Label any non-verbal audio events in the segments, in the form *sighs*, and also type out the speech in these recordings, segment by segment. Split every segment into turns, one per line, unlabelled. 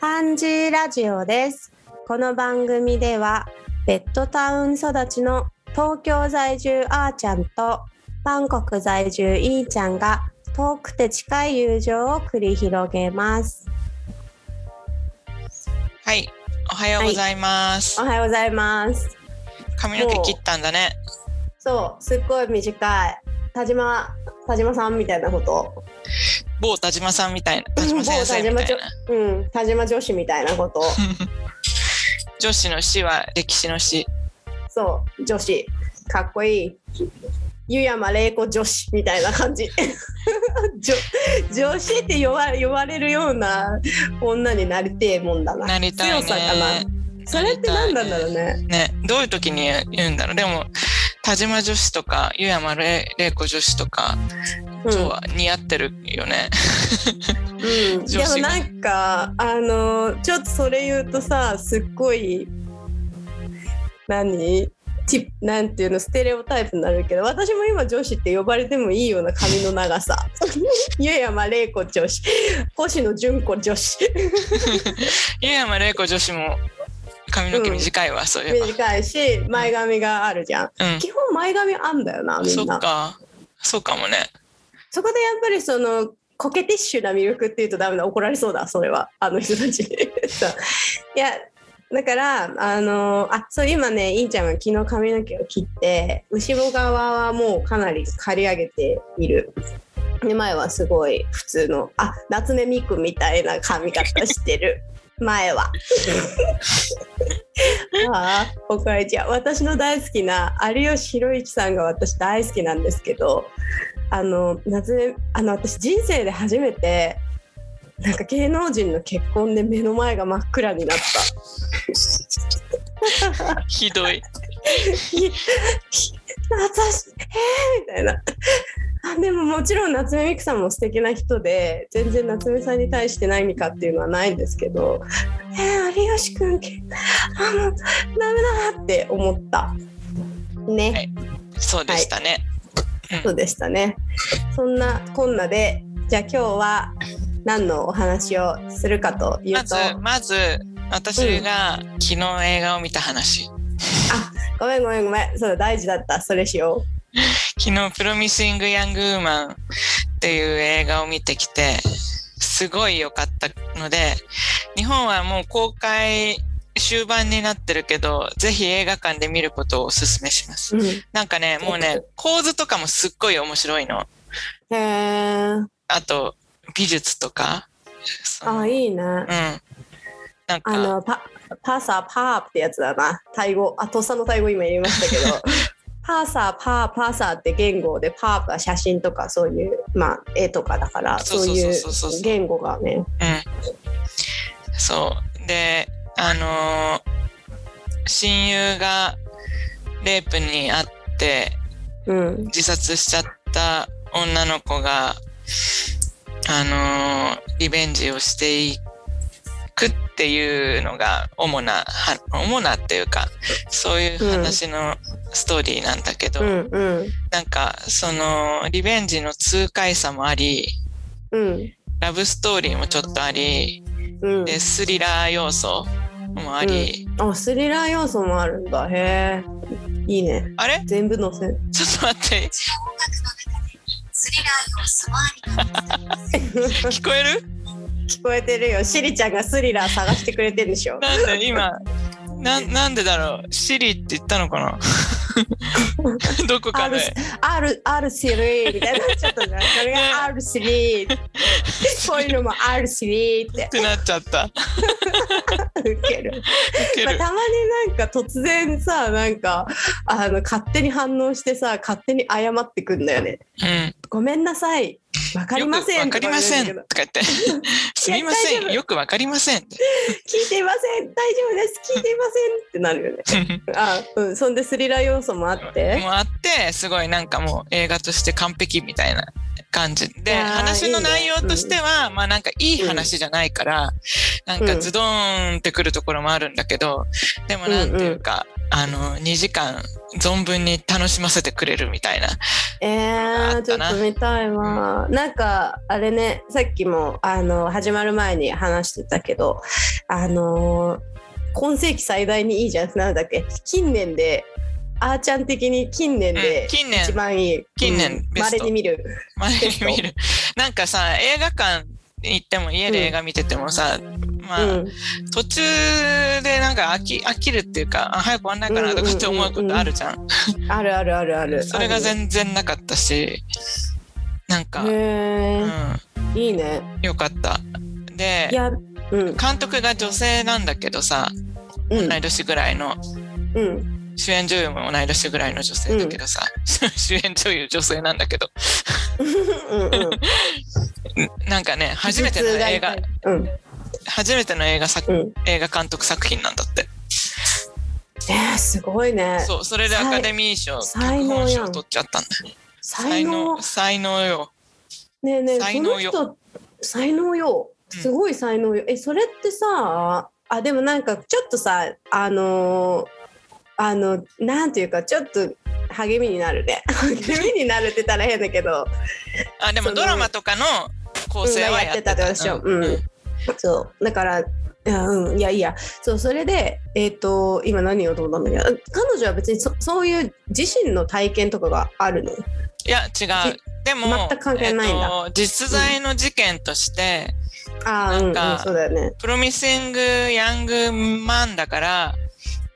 漢字ラジオですこの番組ではベッドタウン育ちの東京在住あーちゃんと韓国在住いーちゃんが遠くて近い友情を繰り広げます
はい、おはようございます。
おはようございます
髪の毛切ったんだね。
そうすっごい短い田島田島さんみたいなこと
某田島さんみたいな、
う
田
ん
島先生みたいな。
うん田島女子みたいなこと
女子の死は歴史の死。
そう女子かっこいい湯山玲子女子みたいな感じ *laughs* 女女子って呼ば呼ばれるような女になりてえもんだな
なりたい
強さか
ね。
なそれって何なんだろうね
ね、どういう時に言うんだろう。でも田島女子とか湯山れ玲子女子とか
うん
とは似合ってるよね。
うん、で
女
も
子が
なんかあのちょっとそれ言うとさすっごい何ちなんていうのステレオタイプになるけど私も今女子って呼ばれてもいいような髪の長さ *laughs* 湯山玲子女子星野純子女子
湯山玲子女子も髪の毛短いわ、そういえば。
短いし前髪があるじゃん
うん。
基本前髪あんだよなみ
そ
ん
っ
な
か。そうかもね。
そこでやっぱりそのコケティッシュな魅力って言うとダメだ怒られそうだそれはあの人たち *laughs* そういやだからあのあそう今ねいんちゃんが昨日髪の毛を切って後ろ側はもうかなり刈り上げている。で前はすごい普通のあ夏目みくみたいな髪型してる *laughs* 前は。ああ僕はじゃあ私の大好きな有吉弘行さんが私大好きなんですけどあの夏目あの私人生で初めてなんか芸能人の結婚で目の前が真っ暗になった *laughs*
ひどい。
私えー、みたいなあでももちろん夏目みくさんも素敵な人で全然夏目さんに対して何かっていうのはないんですけど「えー、有吉君けあもうダメだ」って思ったね、
はいそうでしたね。
そうでしたねそんなこんなでじゃあ今日は何のお話をするかという
ま
と
ずまず私が昨日映画を見た話。
ごめんごめんごめんそうだ大事だったそれしよ
昨日「プロミシング・ヤング・ウーマン」っていう映画を見てきてすごい良かったので日本はもう公開終盤になってるけどぜひ映画館で見ることをお勧めします
う、う
なんかねもうね構図とかもすっごい面白いの
ん、へー
あと美術とかその
あいいね
うんなん
あ
か
のパパーサーパーってやつだなタイ語あとっさのタイ語今言いましたけ
*laughs*
どパーサーパーパーサーって言語でパーが写真とかそういう、まあ、絵とかだから
そう
そう
そう
い
そう
う
そうそう
言語がね
うん。そう。で、あのー親友がレイプにあって
うん
自殺しちゃった女の子が、あのーリベンジをしていくっていうのが主な、は主なっていうか、そういう話のストーリーなんだけど、
うんうん
なんか、その、リベンジの痛快さもあり、
うん
ラブストーリーもちょっとあり、
うん
でスリラー要素もあり、
あスリラー要素もあるんだへえいいね
あれ *laughs*
全部のせ
ちょっと待って
*laughs* 聞
聞こえる
こえてるよシリちゃんがスリラー探してくれてるでしょ
なんで今ななんでだろうシリって言ったのか
*laughs*
などこかで
R R3 みたいになっちゃったじゃんそれが R3 こういうのも R3 って
ってなっちゃったウ
受ける、
ケ
まあ、
る、
たまになんか突然さなんかあの勝手に反応してさ勝手に謝ってくんだよね「ごめんなさいわか
うん、
り
よ
ま
く
せん」
わかりません
と
と
か
か言ってすみませ
大丈
ん
夫
よくわかりませんって
言うけど聞いていません大丈夫です聞いていません」ってなるよねあ、うん、そんでスリラー要素もあって
もうあってすごいなんかもう映画として完璧みたいな感じ
い
で
やー
話の内容としてはまあなんかいい話じゃないから、なんかズドーンってくるところもあるんだけど、でもなんていうか、あの、2時間存分に楽しませてくれるみたいな。
え
あ
ー、
っ
ちょ
た
っ
な
と見たいわ、なんかあれねさっきもあの始まる前に話してたけどあのー今世紀最大にいいじゃんなんだっけ近年であーちゃん的に近年
う
で
ん近年
一番いい
近年ベスト
まれに見る
前に見る。なんかさ、映画館行っても家で映画見ててもさ、まあ、
うん
途中でなんか飽き飽きるっていうかあ早く終わんないかなとかって思うことあるじゃん。
あるあるあるある
それが全然なかったしなんか、
へ
う
え、
ん、
いいね
よかった。
い
で
やうん
監督が女性なんだけどさ
う
同
ん
い年ぐらいの
うん
主演女優も同い年ぐらいの女性だけどさ、 *laughs* 主演女優女性なんだけど
うんうん
なんかね初めての映画
うん
初めての映画作
うん
映画監督作品なんだって
えー、すごいね
そうそれでアカデミー賞
才
脚
才
本
能
賞
やん
取っちゃったんだよ
才能
才能よ
ねえねえ
才
そ
能
の
よ
人才能よ
うん
すごい才能よ、えそれってさあでもなんかちょっとさあのーあのなんていうかちょっと励みになる
*laughs*
ね励みになるって言ったら変だけど
あでも
その
ドラマとかの構成はやってた
うんやってたでしょうんそうだからいや,、うん、いやいやそうそれでえっ、と今何をどうなんだけど彼女は別にそそういう自身の体験とかがあるの
いや違うでも
全く関係ないんだ
えっと実在の事件として、
ああうん、う
な
ん、
んか
そうだよね、
プロミシング・ヤング・マンだから、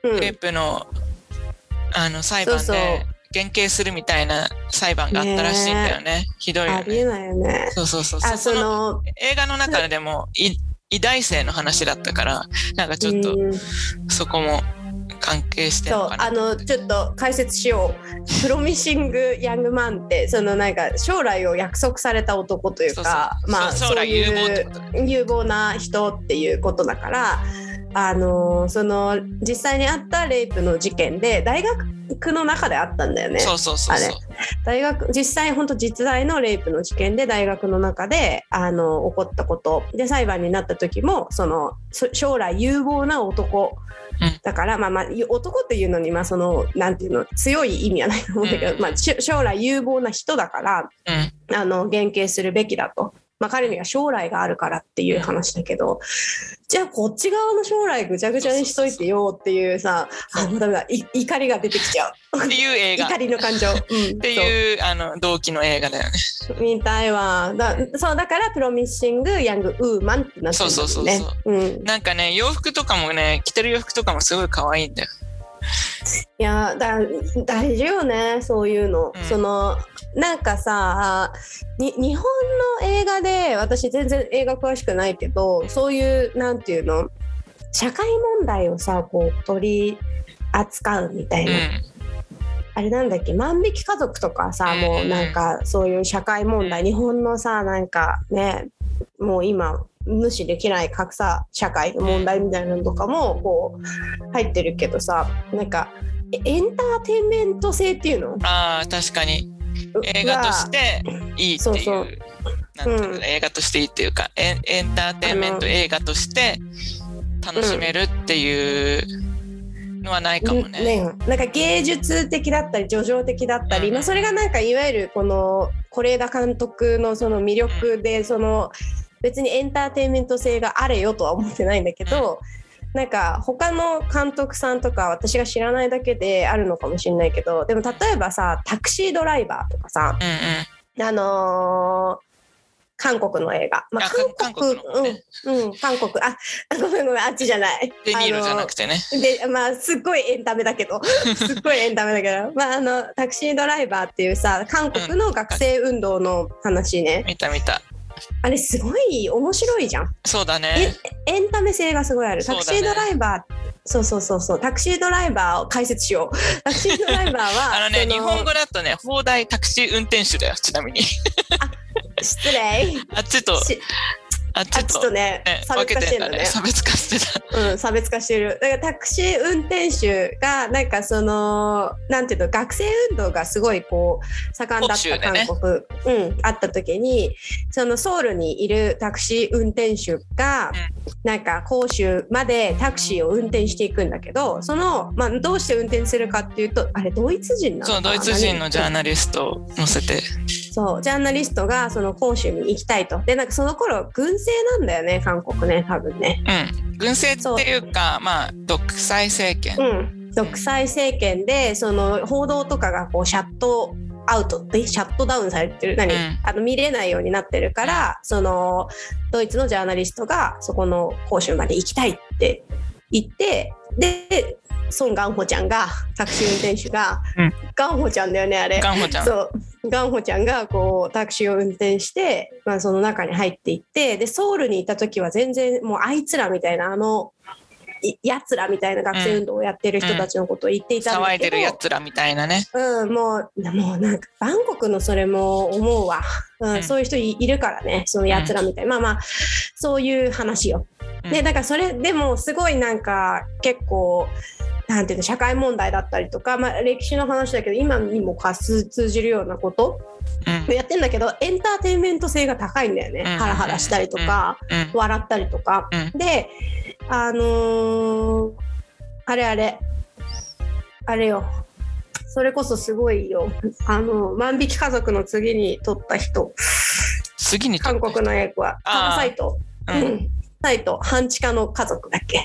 うん、
レイプのあの裁判
そうそう
で減刑するみたいな裁判があったらしいんだよねひどいよ
ありえ
ね
ないよね
そうそうそう
あ
そ
そ
の
の
映画の中でもい偉大生の話だったからなんかちょっと
うん
そこも関係してる
そ
の
う
かな
あのちょっと解説しよ
*laughs*
うプロミシング・ヤングマンってそのなんか将来を約束された男というか
そうそう
まあ
そう
そ
将
う
来有望っ
い
て
う
ことね
有望な人っていうことだからあのその実際にあったレイプの事件で大学の中であったんだよね。
そうそうそうそう
あれ大学実際本当実在のレイプの事件で大学の中であの起こったことで裁判になった時もそのそ将来有望な男
うん
だから、まあまあ男っていうのにまあそのなんていうの強い意味はないと思うんだけど、
うん
まあ、し将来有望な人だから
うん
あの減刑するべきだと。まあ、彼には将来があるからっていう話だけどじゃあこっち側の将来ぐちゃぐちゃにしといてよっていうさあもうダメだい怒りが出てきちゃう
っていう映画
怒りの感情、うん、っ
っていうあの同期の映画だよね。
みたいわだそうだからプロミッシングヤングウーマンってなってるんだ
そうそ
よ
うそう
ね
そ
うん
なんかね洋服とかもね着てる洋服とかもすごい可愛いんだよ。
いやだ大事よねそういうの、
うん
そのなんかさに日本の映画で私全然映画詳しくないけどそういうなんていうの社会問題をさこう取り扱うみたいうな、
ん
あれなんだっけ万引き家族とかさ
うん
もうなんかそういう社会問題日本のさなんかねもう今無視できない格差社会の問題みたいなのとかもこう入ってるけどさなんかえエンターテインメント性っていうの
ああ確かに映画とし
が
ていいって
そう
い
そう
う。なんていうの
うん
映画としていいっていうかエンエンターテインメント
あの
映画として楽しめるっていうのはないかもね。
ねなんか芸術的だったり叙情的だったり、
うん
まあ、それがなんかいわゆるこの是枝監督のその魅力でその別にエンターテインメント性があれよとは思ってないんだけど、なんか他の監督さんとか私が知らないだけであるのかもしれないけどでも例えばさタクシードライバーとかさ
うんうん、
あのー韓国の映画、まあ、
あ
韓
韓
国
韓国のね
うん、うん、韓国ああごめんごめんあっちじゃない
デニーロじゃ
あの
な
ー
くてね。
でまあすっごいエンタメだけ
*laughs*
どすっごいエンタメだけど、まあ、あのタクシードライバーっていうさ韓国の学生運動の話ね
見た見た。
あれすごい面白いじゃん
そうだね。
エンタメ性がすごいあるタ
そうだ
ク
ね
シードライバーそう,、そうそうそうタクシードライバーを解説しよ
*laughs*
うタクシードライバーは
あのね
そ
日本語だとね放 *laughs* 題タクシー運転手だよちなみに
失礼
あっちと
し
あちょ
あ
っ
ちょっ
と
とね
ね
差別化してるの
分けんだ
ね
差別化してた
うん、差別化してるだからタクシー運転手がなんかそのなんていうの学生運動がすごいこう盛んだっ
欧州
た
でね
韓国、うん、あった時にそのソウルにいるタクシー運転手がなんか広州までタクシーを運転していくんだけどその、まあ、どうして運転するかっていうとあれドイツ人なのか
そう
な
ドイツ人のジャー
何
ナリストを載せて
そうジャーナリストがその広州に行きたいとでなんかその頃軍政なんだよね韓国ね多分ね。
うん軍政っていうかまあ独裁政権
うん、独裁政権でその報道とかがこうシャットアウトでシャットダウンされてる何、
うん
あの見れないようになってるからそのドイツのジャーナリストがそこの講習まで行きたいって言ってでソン・ガンホちゃんがタクシー運転手が、
うん
ガンホちゃんだよねあれ。
ガンホちゃん
そうガンホちゃんがこうタクシーを運転して、まあ、その中に入っていってでソウルにいた時は全然もうあいつらみたいなあのいやつらみたいな学生運動をやってる人たちのことを言っていたん
騒
だ
い
け
で
ど、
るやつらみたいなね
うん、もうもうなんかバンコクのそれも思うわ、うん
うん
そういう人いいるからねそのやつらみたいな、まあまあそういう話よ。
うん
でだからそれでもすごいなんか結構なんていうの社会問題だったりとか、まあ、歴史の話だけど今にもかす通じるようなこと
うん
やってんだけどエンターテインメント性が高いんだよね、
うん
ハラハラしたりとか、
うん
笑ったりとか、
う
であのーあれあれあれよそれこそすごいよあの「万引き家族」の次に撮った人
次に
韓国の英語は「パ
あー
ラサイト」
うん
う
うん
ん「サイト半地下の家族」だっけ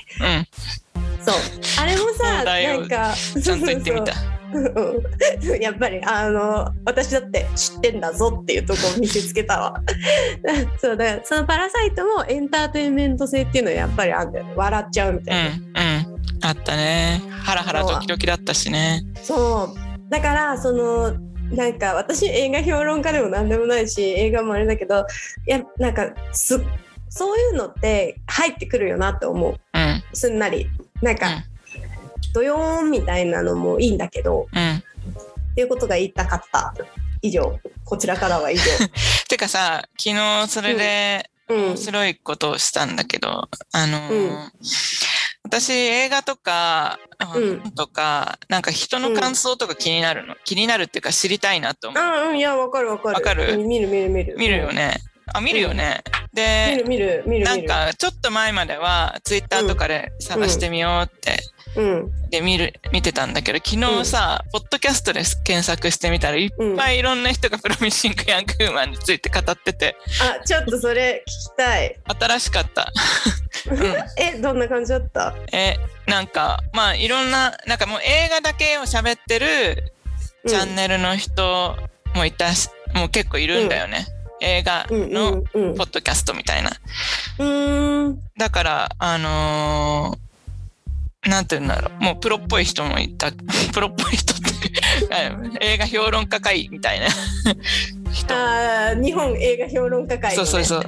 そうあれもさ
*laughs* そうだよ
なんか
ちゃんと言ってみた
うん *laughs* やっぱりあの私だって知ってんだぞっていうところを見せつけたわ *laughs* そうだからその「パラサイト」もエンターテインメント性っていうのはやっぱりあるんだよね笑っちゃうみ
う
たいな、
んうんあったねハラハラドキドキだったしね
そうだからそのなんか私映画評論家でも何でもないし映画もあれだけどいやなんかすそういうのって入ってくるよなって思う
うん
すんなりなん
うん
かドヨーンみたいなのもいいんだけど
うん
っていうことが言いたかった以上こちらからは以上。
てかさ昨日それで
うん
面白いことをしたんだけど、あのー
う
私映画とか、
うん
とかなんか人の感想とか気になるの、気になるっていうか知りたいなと思う、
あうんいやわかるわかる。
わかる
うん見る見る見る。
見るよ。ねあ見るよね、
見
で
る見る見る見る。
なんかちょっと前まではツイッターとかで探してみようって、
うん
で見る見てたんだけど昨日さ、ポッドキャストで検索してみたらいっ
うん。
ぱいいろんな人がプロミシング・ヤング・ウーマンについて語ってて
あちょっとそれ聞きたい。
新しかった、うん、
*laughs* えどんな感じだった？
えなんかまあいろんななんかもう映画だけを喋ってるチャンネルの人もいたし、もう結構いるんだよね、映画の
うんうん
ポッドキャストみたいな、
うん。うーん
だからあのーなんて言うんだろうもうプロっぽい人もいた *laughs* プロっぽい人って *laughs* あ映画評論家会みたいな *laughs* 人
あー日本映画評論家会、ね、
そうそう
*laughs*
そう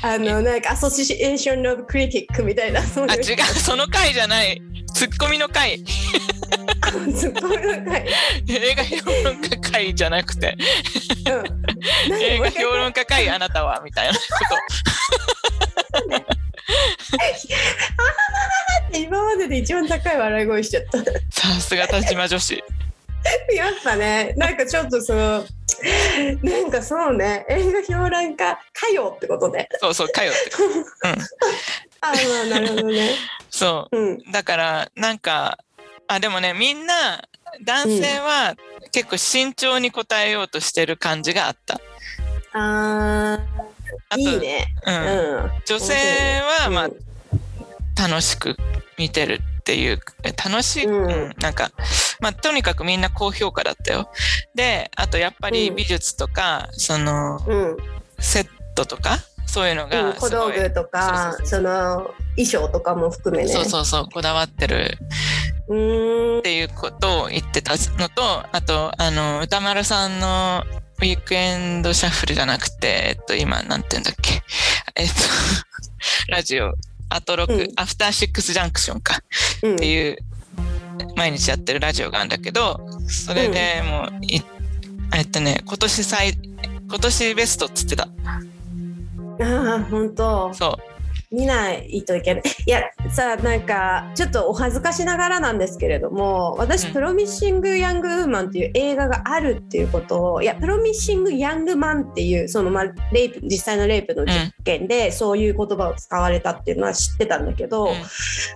あのなんかアソシエーション・オブ・クリティックみたいなそういう
あ違うその会じゃないツッコミの会
*laughs* すごい若い
映画評論家会じゃなくて
うん何も
映
う
画
一回
評論家会あなたはみたいなこと
今までで一番高い笑い声しちゃった
さすが田島女子
やっぱね、なんかちょっとその、なんかそうね、映画評論家かよってことで。
そうそうかよって
ああ、まあなるほどね。
そ
*laughs* うん。
うだからなんかあでもねみんな男性は結構慎重に答えようとしてる感じがあった
あ
あ
あ、
と
いいね。
う、
うんん。
女性はまあ
うん
楽しく見てるっていう楽しい、
うん
うんなんかまあとにかくみんな高評価だったよであとやっぱり美術とか、その
うん。
セットとかそういうの
うん
が
小
す
道
ごい、
具とか、その衣装とかも含めね。
そうそうそうこだわってる
うーん
っ。ていうことを言ってたのとあとあの歌丸さんのウィークエンドシャッフルじゃなくて、えっと、今なんて言うんだっけえっと *laughs* ラジオアトロク、
うん
アフターシックスジャンクションか
うん
っていう毎日やってるラジオがあるんだけどそれでもういえっとね今年最今年ベストっつってた
あああ本当
そ
見ないとい *laughs* けないいやさあなんかちょっとお恥ずかしながらなんですけれども私「
うん
プロミッシング・ヤング・ウーマン」っていう映画があるっていうことをいや「プロミッシング・ヤング・マン」っていうその、まあ、レイプ実際のレイプの実験でそういう言葉を使われたっていうのは知ってたんだけど、
う。うん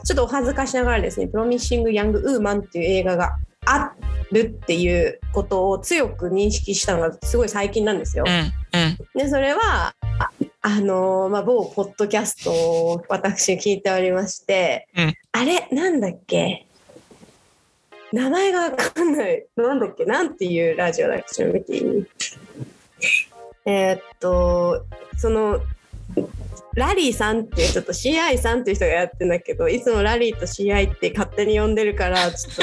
ちょっとお恥ずかしながらですね「プロミッシング・ヤング・ウーマン」っていう映画があるっていうことを強く認識したのがすごい最近なんですよ。
うんうん
でそれはああのーまあ、某ポッドキャストを私聞いておりまして、
うん
あれなんだっけ名前がわかんないなんだっけなんていうラジオだっけちょっと見ていいえーっとそのラリーさんっていうちょっと CI さんっていう人がやってんだけどいつもラリーと CI って勝手に呼んでるからちょっと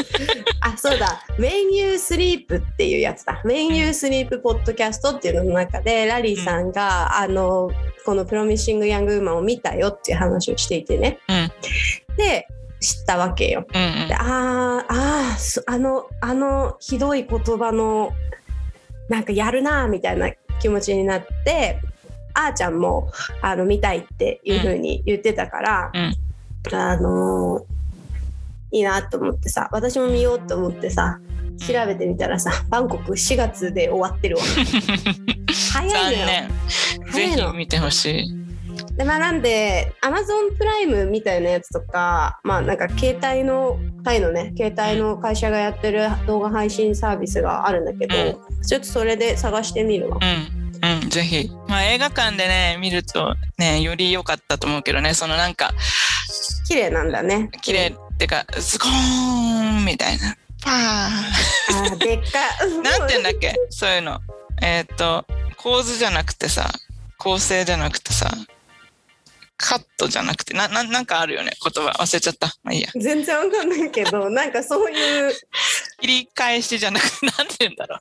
あそうだ「When You Sleep」っていうやつだ「When You Sleep ポッドキャスト」っていうのの中でラリーさんが、あのこの「プロミッシング・ヤング・ウーマン」を見たよっていう話をしていてね
うん
で知ったわけよ。
うん
であーあーそあのあのひどい言葉のなんかやるなーみたいな気持ちになってあーちゃんもあの見たいっていうふうに言ってたから、
うん
あのーいいなと思ってさ私も見ようと思ってさ
*laughs*
調べてみたらさバンコク4月で終わってるわ早いの
残
よ
念。ぜ
早いの
ひ見てほしい。
でまあなんで Amazon プライムみたいなやつとかまあなんか携帯のタイのね携帯の会社がやってる動画配信サービスがあるんだけど、ちょっとそれで探してみるわ。
うん、うん、ぜひ。まあ映画館でね、見るとね、より良かったと思うけどね、そのなんか、
綺麗なんだね。
綺麗ってか、ズコーンみたいな。パ
あーでっか。
ーン。 *laughs* なんて言うんだっけそういうの。えーっと、構図じゃなくてさ、構成じゃなくてさ、カットじゃなくて、な、ななんかあるよね、言葉忘れちゃった。まあいいや。
全然わかんないけどなんかそういう
切り返しじゃなくて、なんて言うんだろ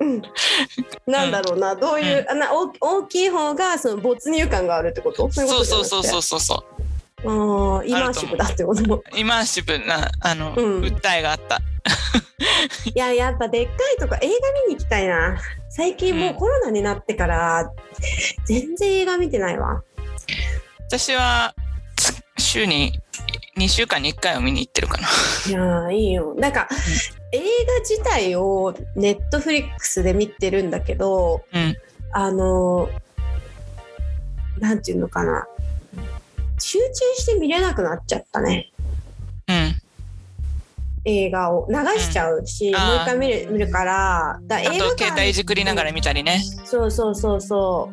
う。
なんだろうなどういう、あな大大きい方がその没入感があるってことそういうこ
そ
と
う
じゃ
そ
なく
う
て
そうそうそうそう。
あーイマーシブだってこと
イマーシブな、あの、
うん
訴えがあった。
いややっぱでっかいとこ映画見に行きたいな最近もうコロナになってから全然映画見てないわ
私はつ週に2週間に1回は見に行ってるかな。
いやーいいよなんか映画自体をネットフリックスで見てるんだけど
うん。
あのなんていうのかな集中して見れなくなっちゃったね
うん。
映画を流しちゃうし、
うん
も
あー
う一回見る見るからだ
あ
映画
と携帯い
館
じくりながら見たりね。
そうそうそうそ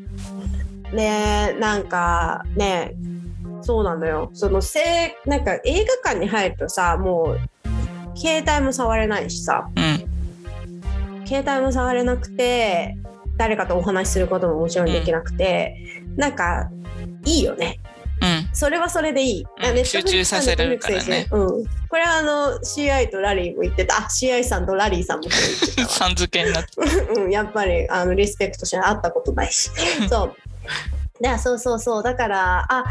う。ねなんかねそうなのよ。そのせなんか映画館に入るとさもう携帯も触れないしさ
うん。
携帯も触れなくて誰かとお話しすることももちろんできなくて、なんかいいよね。
うん。
それはそれでいい。
うん集中させるからね。
うん。これはあの CI とラリーも言ってた。あ CI さんとラリーさんもそう言ってたわ。
さん付けになって。
うん、やっぱりあのリスペクトしない会ったことないしそうだそうそうそうだからあ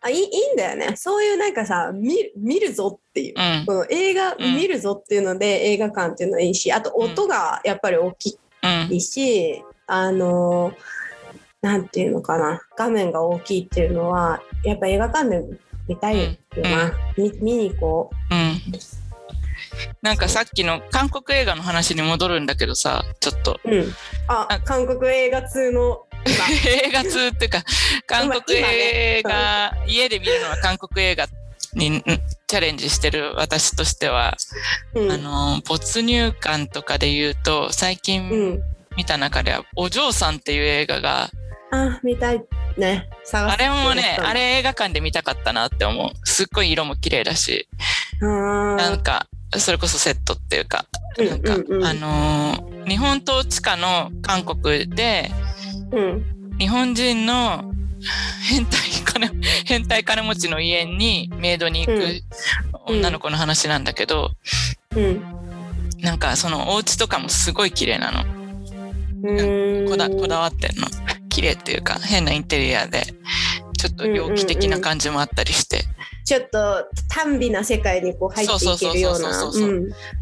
あいいいいんだよねそういうなんかさ見見るぞっていう、
うん。
この映画
うん
見るぞっていうので、映画館っていうのはいいしあと
うん
音がやっぱり大き
うん。
いし、あのなんていうのかな画面が大きいっていうのはやっぱ映画館で見たいよな、み見に行こ
うん。なんかさっきの韓国映画の話に戻るんだけどさ、ちょっと。
う、うん、あ
あ
韓国映画通の今
映画通っていうか、韓国映画、家で見るのは韓国映画にんチャレンジしてる私としては、
うん
あの、没入感とかで言うと、最近、
うん
見た中では「お嬢さん」っていう映画が
あ、見たいね。探
あ
す
れもねあ
れ。
れ映画館で見たかったなって思うすっごい色も綺麗だし
うーん
なんかそれこそセットっていうか
うん
なんか
うんうん
あのー日本統治下の韓国で
うん
日本人の *sighs* 変態金変態金持ちの家にメイドに行く
うん
女の子の話なんだけど
うん
なんかそのお家とかもすごい綺麗なの
うーん
こだこだわってんの綺麗っていうか変なインテリアでちょっと猟奇的な感じもあったりして、
ちょっと短美な世界にこう入っていけるような
そうそうそうそうそう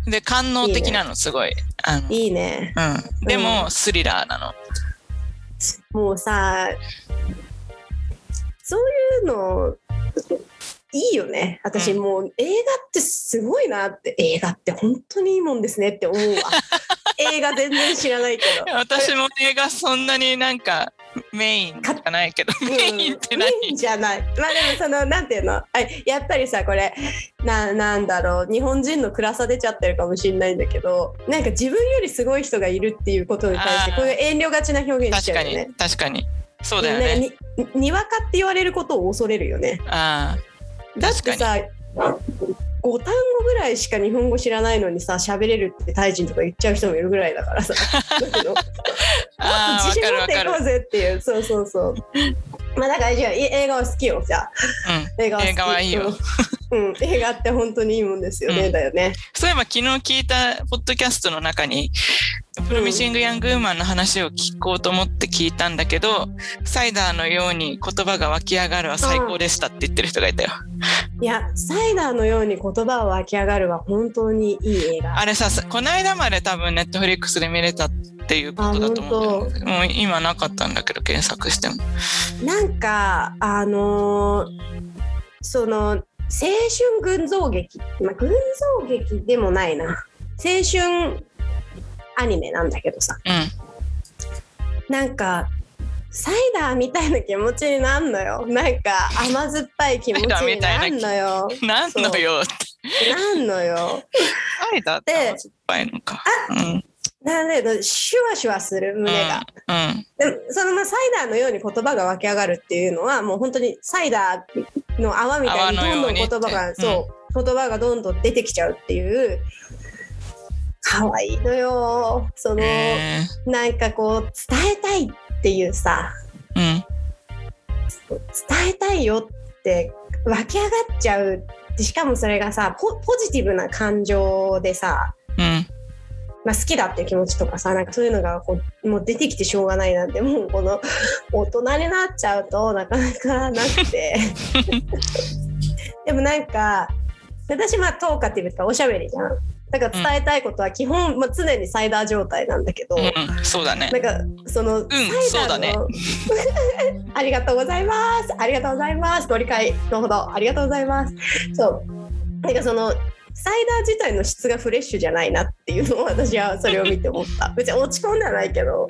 うん
で官能的なのすごいあの
いいね
うん、でも、スリラーなの
もうさいうのいいよね私
うん
もう映画ってすごいなって映画って本当にいいもんですねって思うわ
*laughs*
映画全然知らないけど
私も映画そんなになんかメインじゃないけど、
うん
メインって
メ
何
インじゃないまあでもそのなんていうのあやっぱりさこれななんだろう日本人の暗さ出ちゃってるかもしれないんだけどなんか自分よりすごい人がいるっていうことに対して
あー
こういう遠慮がちな表現しち
確
ゃ
か
うよ
に
ね。
確かにそうだよね
なんかにににわかって言われることを恐れるよね。
あ
だってさ5単語ぐらいしか日本語知らないのにさ喋れるってタイ人とか言っちゃう人もいるぐらいだ
*laughs*
からさだけどもっと
あああわ
自
か
信
る
持っ
わ
て
か
い
る
こうぜっていうそうそうそうまあだからじゃあい映画は好きよじゃあ
うん
映画は好き
映画はいいよ
うん、うん映画って本当にいいもんですよね、
うん
だよね
そういえば昨日聞いたポッドキャストの中に「プロミシング・ヤング・ウーマン」の話を聞こうと思って聞いたんだけど「サイダーのように言葉が湧き上がるは最高でした」って言ってる人がいたよ。
いやサイダーのように言葉を湧き上がるは本当にいい映画
あれさこの間まで多分ネットフリックスで見れたっていうことだと思うんだよねもう今なかったんだけど検索しても。
なんかあのーその青春群像劇、まあ、群像劇でもないな青春アニメなんだけどさ
うん
なんかサイダーみたいな気持ちになんのよなんか甘酸っぱい気持ちになんのよ
なんのよって。
なんのよ
サイダーって甘酸っぱいのか。うん
なんだけどシュワシュワする胸が、
うんうん
でもそのまあサイダーのように言葉が湧き上がるっていうのはもう本当にサイダーの泡みたいにどんどん言葉
泡のように
が
って
そう言葉がどんどん出てきちゃうっていう可愛いのよその
え
なんかこう伝えたいっていうさ
ーうん
伝えたいよって湧き上がっちゃうでしかもそれがさポポジティブな感情でさ
うん
まあ、好きだっていう気持ちとかさなんかそういうのがこうもう出てきてしょうがないなんてもうこの大人になっちゃうとなかなかなくて *laughs* でもなんか私まあトーカティブとかおしゃべりじゃんだから伝えたいことは基本、まあ、常にサイダー状態なんだけど、
うんそうだね。
なんかその、サイダーの
そうだね
*laughs* ありがとうございますありがとうございますご理解のほどありがとうございますそうなんかそのサイダー自体の質がフレッシュじゃないなっていうのを私はそれを見て思った別に落ち込んではないけど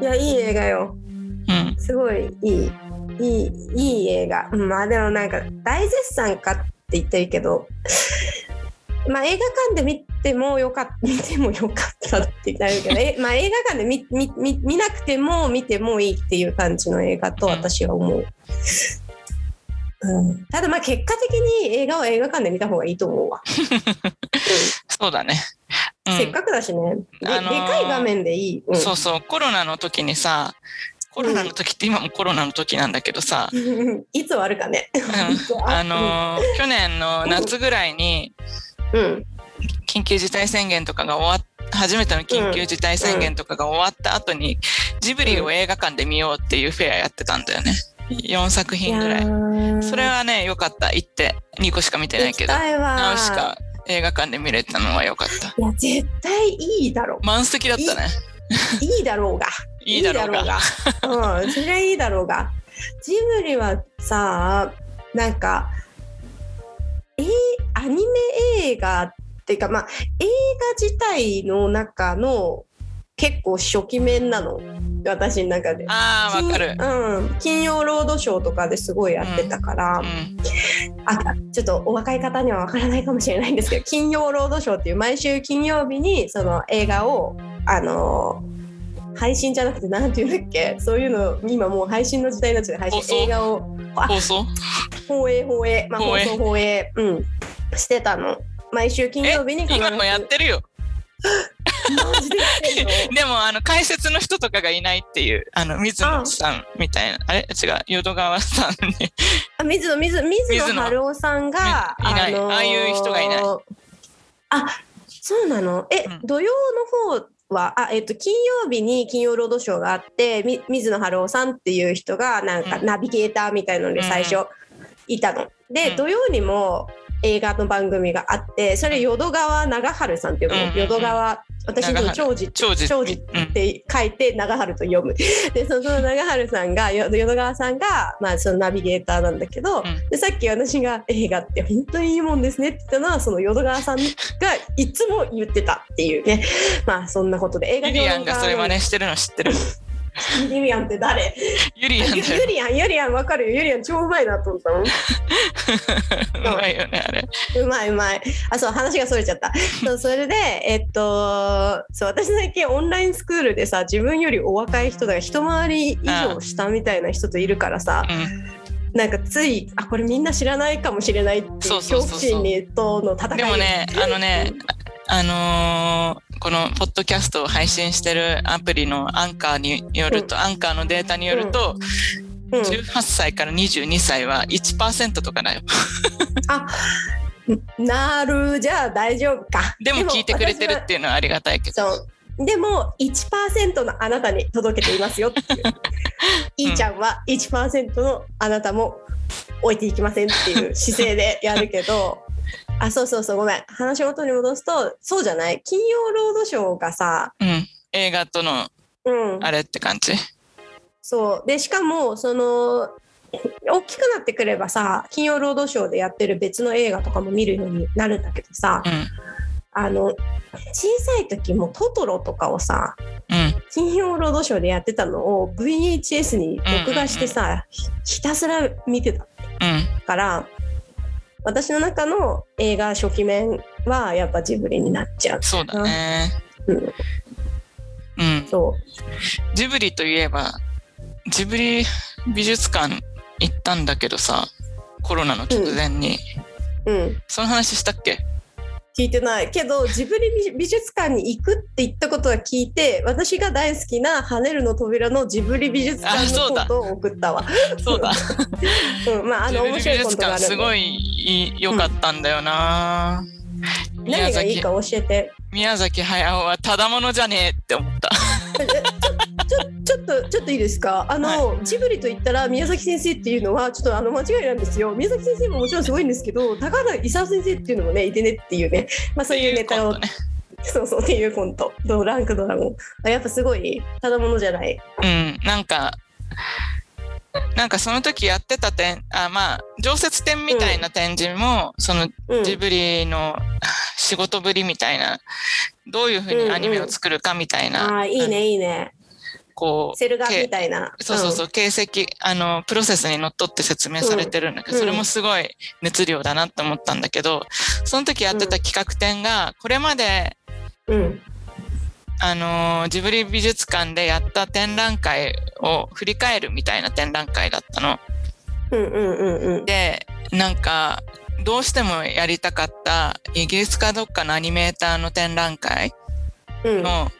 いやいい映画よ
うん
すごいいいいいいい映画まあでもなんか大絶賛かって言ってるけど *laughs* まあ映画館で見てもよかった *laughs* 見てもよかったって言ったらあれだけどえ、まあ、映画館で見見見見なくても見てもいいっていう感じの映画と私は思う、うん、ただまあ結果的に映画は映画館で見た方がいいと思うわ、
そうだね。う
うん
ん、
せっかくだしねで,、
あのー
でかい画面でいい、うん、
そうそう、コロナの時にさ、コロナの時って今もコロナの時なんだけどさ、
*laughs* いつ終わるかね、
うんあのー去年の夏ぐらいに
うん
緊急事態宣言とかが終わっ初めての緊急事態宣言とかが終わった後にジブリを映画館で見ようっていうフェアやってたんだよね4作品ぐらい
い
それはねよかった行って2個しか見てないけど
行きたいわ
ナウシカ映画館で見れたのはよかった
いや絶対いいだろ
満席だったね
ういいだろうが
いいだろうが
うがうんそれはいいだろうがジブリはさなんかえーアニメ映画っていうかまあ映画自体の中の結構初期面なの私の中で。
ああわかる、
金うん、金曜ロードショーとかですごいやってたから、
うん、
あちょっとお若い方にはわからないかもしれないん
*laughs*
ですけど「金曜ロードショー」っていう毎週金曜日にその映画をあのー配信じゃなくてなんていうんだっけそういうの今もう配信の時代になっちゃって配
放送
信映画を
放送 *laughs*
放映放映、まあ、放
放映
送放映、うん、してたの毎週金曜日に
今もやってるよ
マジでやってんの
でもあの解説の人とかがいないっていうあの水野さんみたいなあれ違う淀川さんね
あ水野水水
水
野
野
春夫さんが
みいない
のー
ああいう人がいない
あそうなのえ、
うん
土曜の方はあえっと金曜日に金曜ロードショーがあってみ水野春夫さんっていう人がなんか
うん
ナビゲーターみたいので最初いたの、で、
うん
土曜にも映画の番組があってそれ淀川長春さんっていう
うんうん
の
うん
淀川私の
長春
長寿
長寿
長寿って書いて長春と読むでその *laughs* 長春さんがよ淀川さんが、まあ、そのナビゲーターなんだけど、
ん
でさっき私が「映画って本当にいいもんですね」って言ったのはその淀川さんがいつも言ってたっていうねまあそんなことで映画
ユリアンがそれ真似してるの知ってる
ユリアンって誰
ユリアンだ
ユ
よ
リアンユリアンわかるよユリアン超うまいなと思ったもん
*laughs* うまいよねあれ
うまいうまいあそう話がそれちゃった
*laughs*
そうそれでえっとそう私最近オンラインスクールでさ自分よりお若い人だから一回り以上下みたいな人といるからさなんかついあこれみんな知らないかもしれないっていう
そうそ
恐
う
怖
そうそう
心にとの
う
戦
ん
い
でもねあのねあのーこのポッドキャストを配信してるアプリのアンカーによると、アンカーのデータによると、
うん
18歳から22歳は1%と
*laughs*
かだよ。
あなるじゃあ大丈夫か
でも聞いてくれてるっていうのはありがたいけ
私は
ど。
そうでも1%のあなたに届けていますよっていういいちゃんは1%のあなたも置いていきませんっていう姿勢でやるけ
*laughs*
どあそうそうそうごめん話を元に戻すとそうじゃない金曜ロードショーがさ
うん。映画との
うん
あれって感じ。
そうでしかもその大きくなってくればさ金曜ロードショーでやってる別の映画とかも見るようになるんだけどさ
うん。
あの小さい時もトトロとかをさ
うん。
金曜ロードショーでやってたのを VHS に録画してさ、ひひたすら見てた
うん。
から私の中の映画初期面はやっぱジブリになっちゃう。
そうだね。
うん、
うん。
そう
ジブリといえば、ジブリ美術館行ったんだけどさ、コロナの直前に。
うん
その話したっけ
聞いてないけどジブリ美美術館に行くって言ったことは聞いて私が大好きな「跳ねるの扉」のジブリ美術
あ
館
そう
の
だ
ことを送ったわ。
そうだ。
*laughs* うん、まああ
ジ
の
ブリ
面
美
白いこ
術
とがあ
館
るんです
ごい良かったんだよな。宮
何がいい
崎
か教えて
宮崎駿はただものじゃねえって思った。
えちょちょちょっとちょっといいですかあの、ジブリと言ったら宮崎先生っていうのはちょっとあの間違いなんですよ宮崎先生ももちろんすごいんですけど高畑勲先生っていうのもねいてねっていうね、まあ、そういうネタを
っていう
そうそうっていうコントドランクドラゴンあやっぱすごいただものじゃない
うん、なんか、なんかその時やってた展、あ、まあ、常設展みたいな展示も、その
うん
ジブリの仕事ぶりみたいな、どういうふうにアニメを作るかみたいな、
あーいいねいいね
こう、
セルガ
け
みたいな
そうそうそうう、形跡、あの、プロセスにのっとって説明されてるんだけど、
うん
それもすごい熱量だなって思ったんだけど、その時やってた企画展が、これまで、
ん、うん
あのージブリ美術館でやった展覧会を振り返るみたいな展覧会だったの。
うんうんうんうん
でなんかどうしてもやりたかったイギリスかどっかのアニメーターの展覧会
うん
の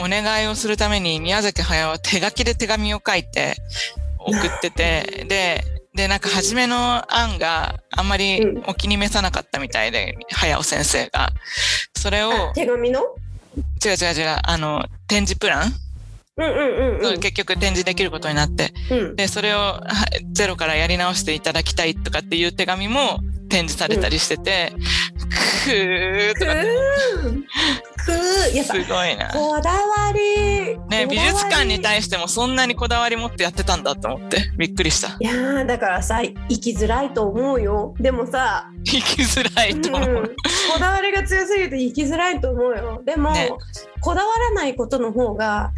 お願いをするために宮崎駿は手書きで手紙を書いて送っててででなんか初めの案があんまりお気に召さなかったみたいで駿先生がそれを
あ手紙の
違う違う違うあの展示プラン
うんうんうんうん
そう結局展示できることになって
うん
でそれをはゼロからやり直していただきたいとかっていう手紙も展示されたりしてて、くー
く
とかって
ーくーやっ
す
ぱ
ごいな。
こだわり。
ね、美術館に
して。
対してもそんなにこだわり持ってやってたんだと思ってびっくりした。 *laughs*
いやーだからさ生きづらいと思うよでもさ、
生きづら
う
い
ん、
と思う。
こだわりが強すぎて生きづらいと思うよでも、
ね
こだわらないことの方が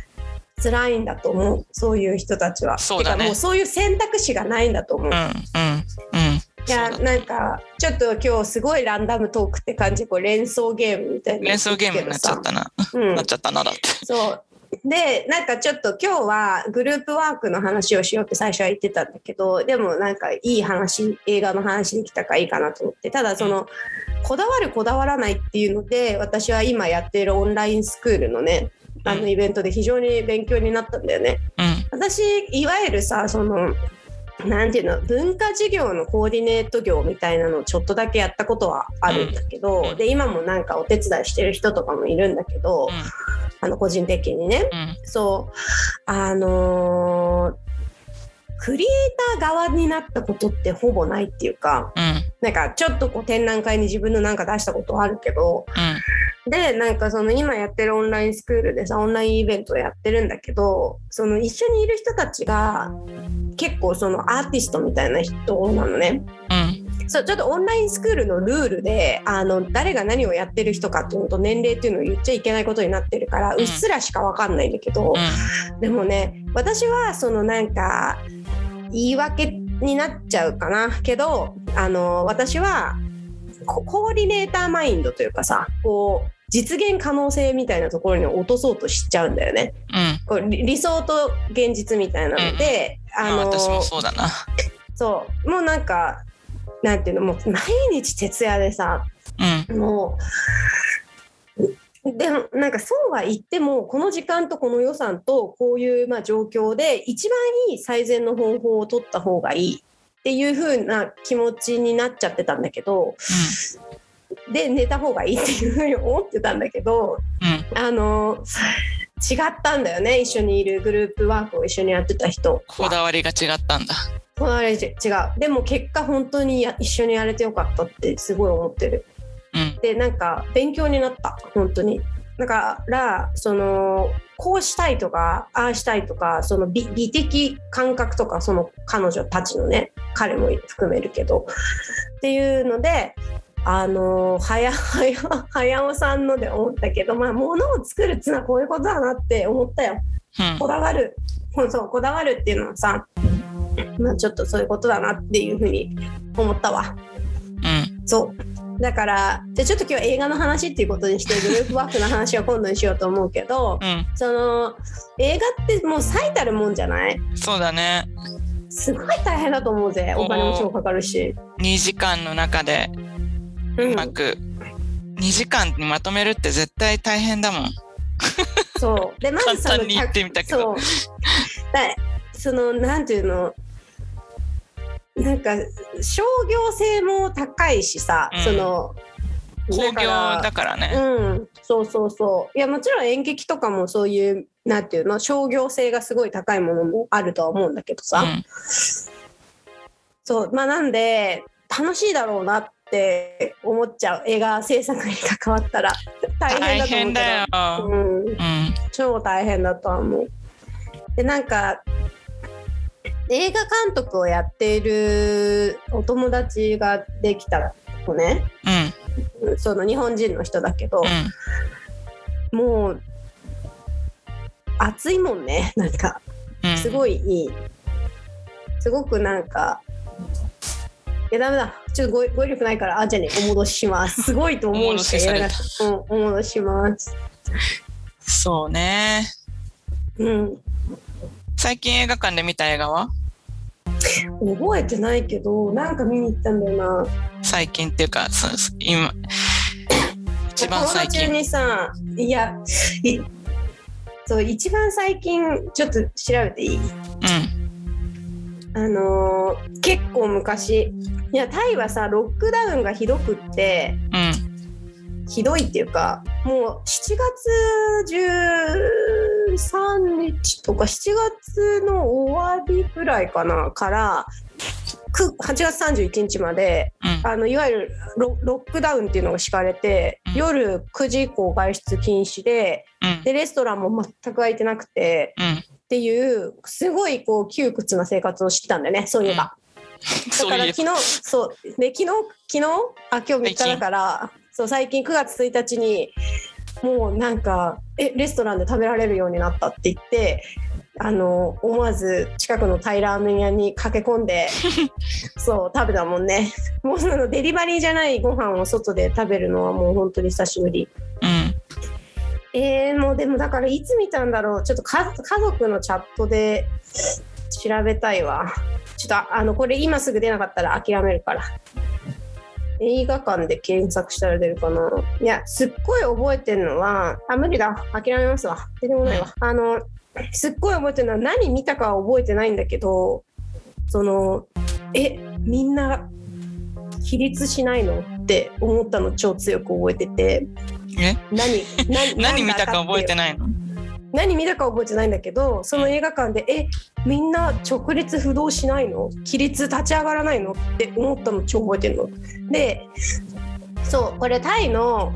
辛いんだと思うそういう人たちは
そうだね
てかもうそういう選択肢がないんだと思う、い
うんうんうん。
や
そうだ
なんかちょっと今日すごいランダムトークって感じこう連想ゲームみたいな
連想ゲームになっちゃったな、
うん
なっちゃったなだって。
そうでなんかちょっと今日はグループワークの話をしようって最初は言ってたんだけどでもなんかいい話映画の話できたからいいかなと思ってただそのこだわるこだわらないっていうので私は今やっているオンラインスクールのねあ
う
の
ん
イベントで非常に勉強になったんだよね。
うん
私いわゆるさそのなんていうの文化事業のコーディネート業みたいなのをちょっとだけやったことはあるんだけど、
うん
で今もなんかお手伝いしてる人とかもいるんだけど、あの個人的にね。
うんうん
そうあのークリエイター側になったことってほぼないっていうか
うん
なんかちょっとこう展覧会に自分のなんか出したことあるけどでなんかその今やってるオンラインスクールでさオンラインイベントをやってるんだけどその一緒にいる人たちが結構そのアーティストみたいな人なのね。
うん
そうちょっとオンラインスクールのルールであの誰が何をやってる人かっていうのと年齢っていうのを言っちゃいけないことになってるから
ん
うっすらしか分かんないんだけど、でもね私はそのなんか言い訳になっちゃうかなけどあの私はココーディネーターマインドというかさこう実現可能性みたいなところに落とそうとしちゃうんだよね
うん
こう理理想と現実みたいなので、
まあ私もそうだな
そうもうなんかなんていうのもう毎日徹夜でさ
うん
もうでもなんかそうは言ってもこの時間とこの予算とこういうまあ状況で一番いい最善の方法を取った方がいいっていう風な気持ちになっちゃってたんだけどで寝た方がいいっていう風に思ってたんだけど
うんうん
あの違ったんだよね一緒にいるグループワークを一緒にやってた人
こだわりが違ったんだ
こだわり違うでも結果本当にや一緒にやれてよかったってすごい思ってる
うん
でなんか勉強になった本当にだからそのこうしたいとかああしたいとかその美美的感覚とかその彼女たちのね彼も含めるけどっていうのであの早 *laughs* 早早尾さんので思ったけどまあ物を作るっつうのはこういうことだなって思ったよ
うん
こだわるそうそうこだわるっていうのはさまあちょっとそういうことだなっていうふうに思ったわ。
うん
そうだからじゃあちょっと今日は映画の話っていうことにしてグループワークの話は今度にしようと思うけど *laughs*
う
その映画ってもう最たるもんじゃない
んそうだね
すごい大変だと思うぜお金も超かかるし。
2時間の中で
う
うんまく2時間にまとめるって絶対大変だもん
そうでまずそ
簡
の
単に言ってみたけ
そう
ど
だそのなんていうのなんか商業性も高いしさ、
うん
その
興行
から
だからね
うん、そうそうそういやもちろん演劇とかもそういうなんていうの商業性がすごい高いものもあるとは思うんだけどさ、
うん
そうまあなんで楽しいだろうなって思っちゃう映画制作に関わったら大変だ
大
と思うけど、
変だよ
うん、
うん
超大変だとは思う。でなんか映画監督をやっているお友達ができたのね
うん
その日本人の人だけど、
うん
もう熱いもんね *laughs* なんか
うん
すごいいい、すごくなんかいやダメだちょっと語彙語彙力ないからあじゃあねお戻ししますすごいと思うしか言えなかった、うん、お戻しします
そうね
うん
最近映画館で見た映画は
覚えてないけどなんか見に行ったんだよな
最近っていうかそうそう今一番最
コロナ中
近
にさいやいそう一番最近ちょっと調べていい
うん
あのー結構昔いやタイはさロックダウンがひどくって
うん
ひどいっていうかもう7月13日とか7月の終わりぐらいかなからく8月31日まで
うん
あのいわゆるロロックダウンっていうのが敷かれて
うん
夜9時以降外出禁止で
うん
でレストランも全く空いてなくて
うん
っていうすごいこう窮屈な生活をしてたんだよねそういえば。だ
そ
か
う
ら
いう
昨日そうで昨日昨日あ今日3日だからそう最近9月1日にもうなんかえレストランで食べられるようになったって言ってあの思わず近くのタイラーメン屋に駆け込ん
*laughs*
でそう食べたもんねもうそのデリバリーじゃないご飯を外で食べるのはもう本当に久しぶり
うん
えー、もうでもだからいつ見たんだろうちょっと家家族のチャットで調べたいわちょっとああのこれ今すぐ出なかったら諦めるから映画館で検索したら出るかないやすっごい覚えてるのはあ無理だ諦めますわ出てもないわあのすっごい覚えてるのは何見たかは覚えてないんだけどそのえみんな起立しないのって思ったの超強く覚えてて
え
何何
*laughs* 何見たか覚えて
ない
ないの
何見たか覚えてないんだけどその映画館で「えみんな直立不動しないの起立立ち上がらないの?」って思ったの超覚えてるの。でそうこれタイの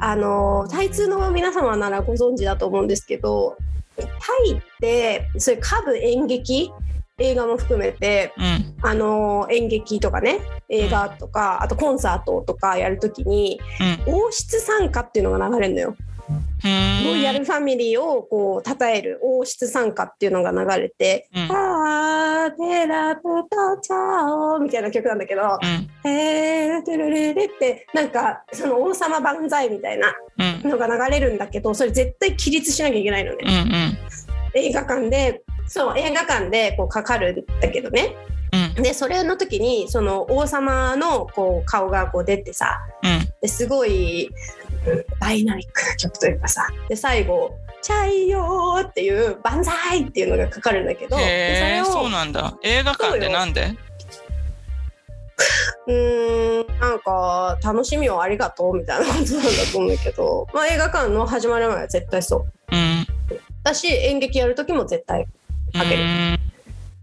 あのタイ通の皆様ならご存知だと思うんですけどタイってそういう歌舞演劇映画も含めて
うん
あの演劇とかね映画とかあとコンサートとかやるときに
うん
王室参加っていうのが流れるのよ。
うん
ロイヤルファミリーをこう称える王室参加っていうのが流れて
うん
「あーテラプタチャオ」みたいな曲なんだけど
うん
「えーテルレレ」ってなんかその王様万歳みたいな
うん
のが流れるんだけどそれ絶対起立しなきゃいけないのね
うんうん
映画館でそう映画館でこうかかるんだけどね
うん
でそれの時にその王様のこう顔がこう出てさ
うん
ですごいダイナミックな曲というかさで最後「チャイヨー」っていう「バンザイ」っていうのがかかるんだけど
へ
で
え
それを
そうなんだ映画館でなんで
うーんなんか「楽しみをありがとう」みたいなことなんだと思うんだけど、まあ、映画館の始まる前は絶対そう
うん
だし演劇やる時も絶対
う
かける
ん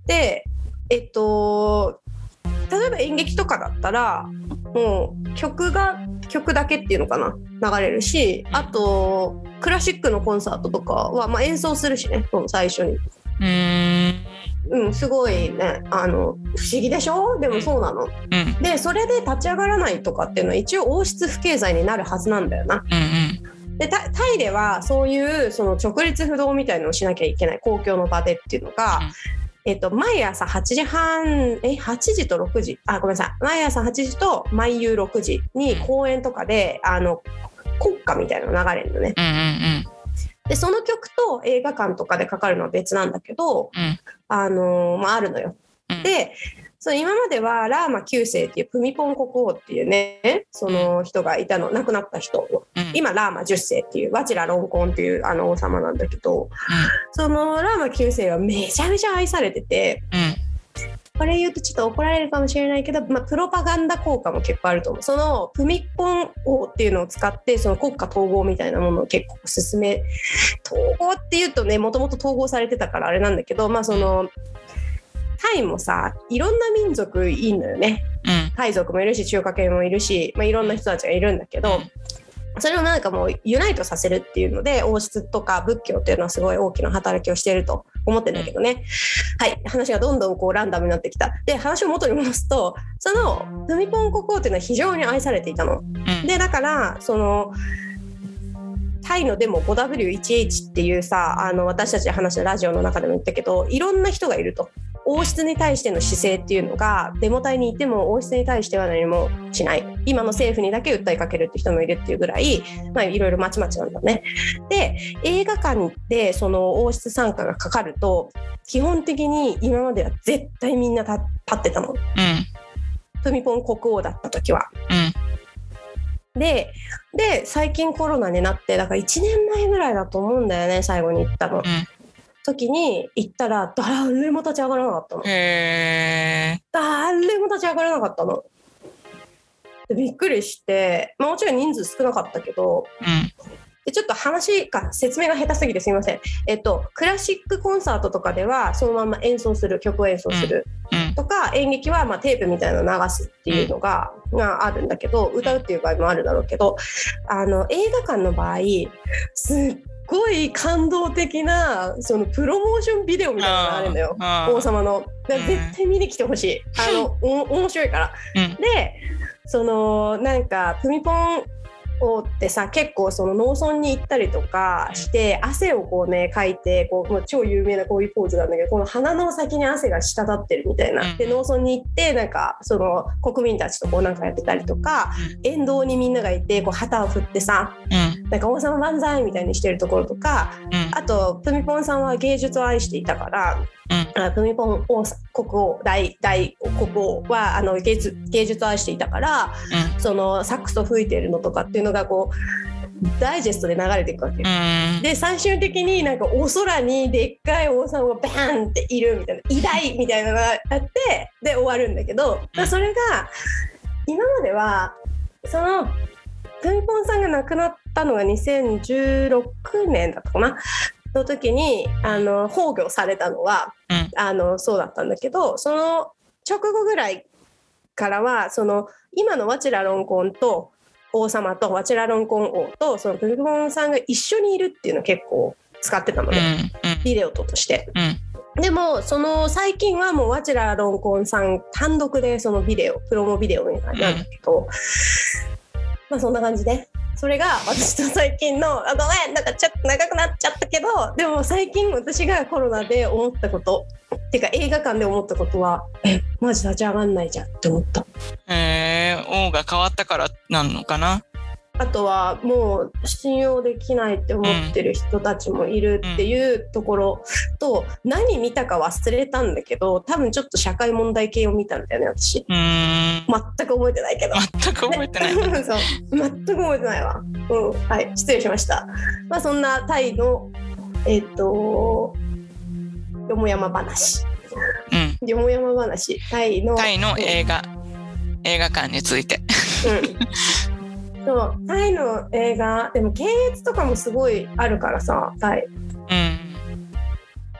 でえっと例えば演劇とかだったらもう曲が曲だけっていうのかな流れるしあとクラシックのコンサートとかは、まあ、演奏するしねもう最初に。
うん
うん、すごいねあの不思議でしょでもそうなの。
うんうん
でそれで立ち上がらないとかっていうのは一応王室不経済になるはずなんだよな。
うん
でタタイではそういうその直立不動みたいのをしなきゃいけない公共の場でっていうのが、
うん
えっと、毎朝8時半え8時と6時あごめんなさい毎朝8時と毎夕6時に公園とかであの国歌みたいなの流れるのね
うんうん
でその曲と映画館とかでかかるのは別なんだけど、
うん
あのまあ、あるのよ。
うん
でそう今まではラーマ9世っていうプミポン国王っていうねその人がいたの亡くなった人
うん
今ラーマ10世っていうワチラロンコンっていうあの王様なんだけど、そのラーマ9世はめちゃめちゃ愛されてて
うん
これ言うとちょっと怒られるかもしれないけど、まあ、プロパガンダ効果も結構あると思うそのプミッポン王っていうのを使ってその国家統合みたいなものを結構進め統合っていうとねもともと統合されてたからあれなんだけどまあその。タイもさいろんな民族いいのよね
うん
タイ族もいるし中華系もいるし、まあ、いろんな人たちがいるんだけど、それをなんかもうユナイトさせるっていうので王室とか仏教っていうのはすごい大きな働きをしていると思ってんだけどね、はい話がどんどんこうランダムになってきたで話を元に戻すとそのルミポン国王っていうのは非常に愛されていたの。
うん
でだからそのタイのでも 5W1H っていうさあの私たちの話のラジオの中でも言ったけどいろんな人がいると王室に対しての姿勢っていうのがデモ隊にいても王室に対しては何もしない今の政府にだけ訴えかけるって人もいるっていうぐらい、まあ、いろいろまちまちなんだね。で映画館でその王室参加がかかると基本的に今までは絶対みんな立立ってたの
うん
プミポン国王だった時は。
うん
でで最近コロナになってだから1年前ぐらいだと思うんだよね最後に行ったの、時に行ったら誰も立ち上がらなかったの
へえ
誰も立ち上がらなかったのでびっくりして、まあ、もちろん人数少なかったけど
うん
でちょっと話が説明が下手すぎてすいませんえっとクラシックコンサートとかではそのまま演奏する曲を演奏する、
うん
とか演劇はまあテープみたいなのを流すっていうのが,、があるんだけど歌うっていう場合もあるだろうけどあの映画館の場合すっごい感動的なそのプロモーションビデオみたいなのがあるんだよ
あー
王様の。だから
うん
絶対見に来てほしいあのお面白いから。
うん
でそのなんかプミポン王ってさ結構その農村に行ったりとかして汗をこうねかいてこうもう超有名なこういうポーズなんだけどこの鼻の先に汗が滴ってるみたいな。で農村に行ってなんかその国民たちとこうなんかやってたりとか沿道にみんながいてこう旗を振ってさ
うん
なんか王様万歳みたいにしてるところとか
うん
あとプミポンさんは芸術を愛していたから
うん
あプミポン王さ国王大大国王はあの芸術芸術を愛していたから
うん
そのサックスを吹いてるのとかっていうのがこうダイジェストで流れていくわけ
う。ん
で最終的になんかお空にでっかい王様がバーンっているみたいな偉大みたいなのがあってで終わるんだけど
うん
それが今まではそのプミポンさんが亡くなったのが2016年だったかなの時にあの崩御されたのは、
うん
あのそうだったんだけどその直後ぐらいからはその今のワチラロンコンと王様とワチラロンコン王とそのブルボンさんが一緒にいるっていうのを結構使ってたの
うん
で、ビデオとして。
うん
でもその最近はもうワチラロンコンさん単独でそのビデオプロモビデオみたいなんだけど、まあそんな感じでそれが私と最近のあごめんなんかちょっと長くなっちゃったけどでも最近私がコロナで思ったことっていうか映画館で思ったことはえマジ立ち上がんないじゃんって思った
うんへえ王が変わったからなんのかな
あとはもう信用できないって思ってる人たちもいるっていうところと何見たか忘れたんだけど多分ちょっと社会問題系を見たんだよね私。
うーん
全く覚えてないけど。
全く覚えてない
*laughs* そう全く覚えてないわ。うん、はい、失礼しました。まあ、そんなタイの、えっ、と。よもやま話。
うん
よもやま話、タイの。
タイの映画映画館について
うん。そう、タイの映画、でも系列とかもすごいあるからさ、タイ、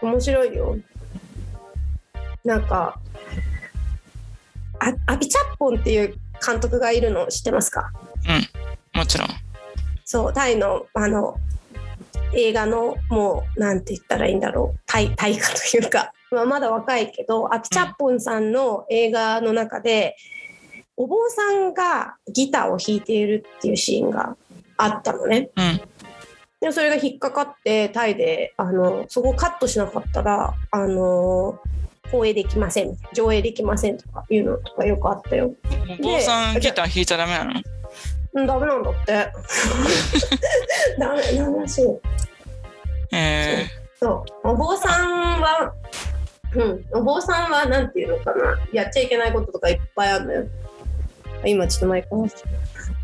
うん
面白いよ。なんか。あ、アビチャッポンっていう監督がいるの知ってますか。
もちろん
そうタイのあの映画のもうなんて言ったらいいんだろう対対価というか、 *laughs* まあ、まだ若いけどアピチャッポンさんの映画の中でお坊さんがギターを弾いているっていうシーンがあったのね。
うん
でそれが引っかかってタイであのそこカットしなかったらあの放映できません上映できませんとかいうのとかよくあったよ。
お坊さん
で
ギター弾いちゃダメなの
うんダメなんだ
*laughs*
って。ダメダメらしい。
へえ
そうお坊さんは、うん、お坊さんはなんていうのかなやっちゃいけないこととかいっぱいあるのよあ今ちょっと前から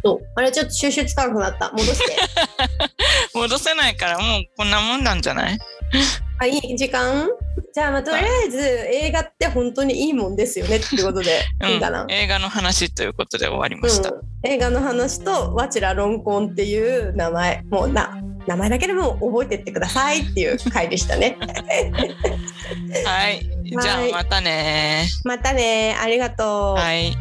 そうあれちょっと収集つかなくなった戻して
*laughs* 戻せないからもうこんなもんなんじゃない
あいい時間じゃあ、まあ、とりあえず映画って本当にいいもんですよねってことでいいかな、
うん、映画の話ということで終わりました、
うん映画の話と「わちら論婚」っていう名前もうな名前だけでも覚えてってくださいっていう回でした
*laughs*
ね
はいじゃあまたね
またねありがとう、
はい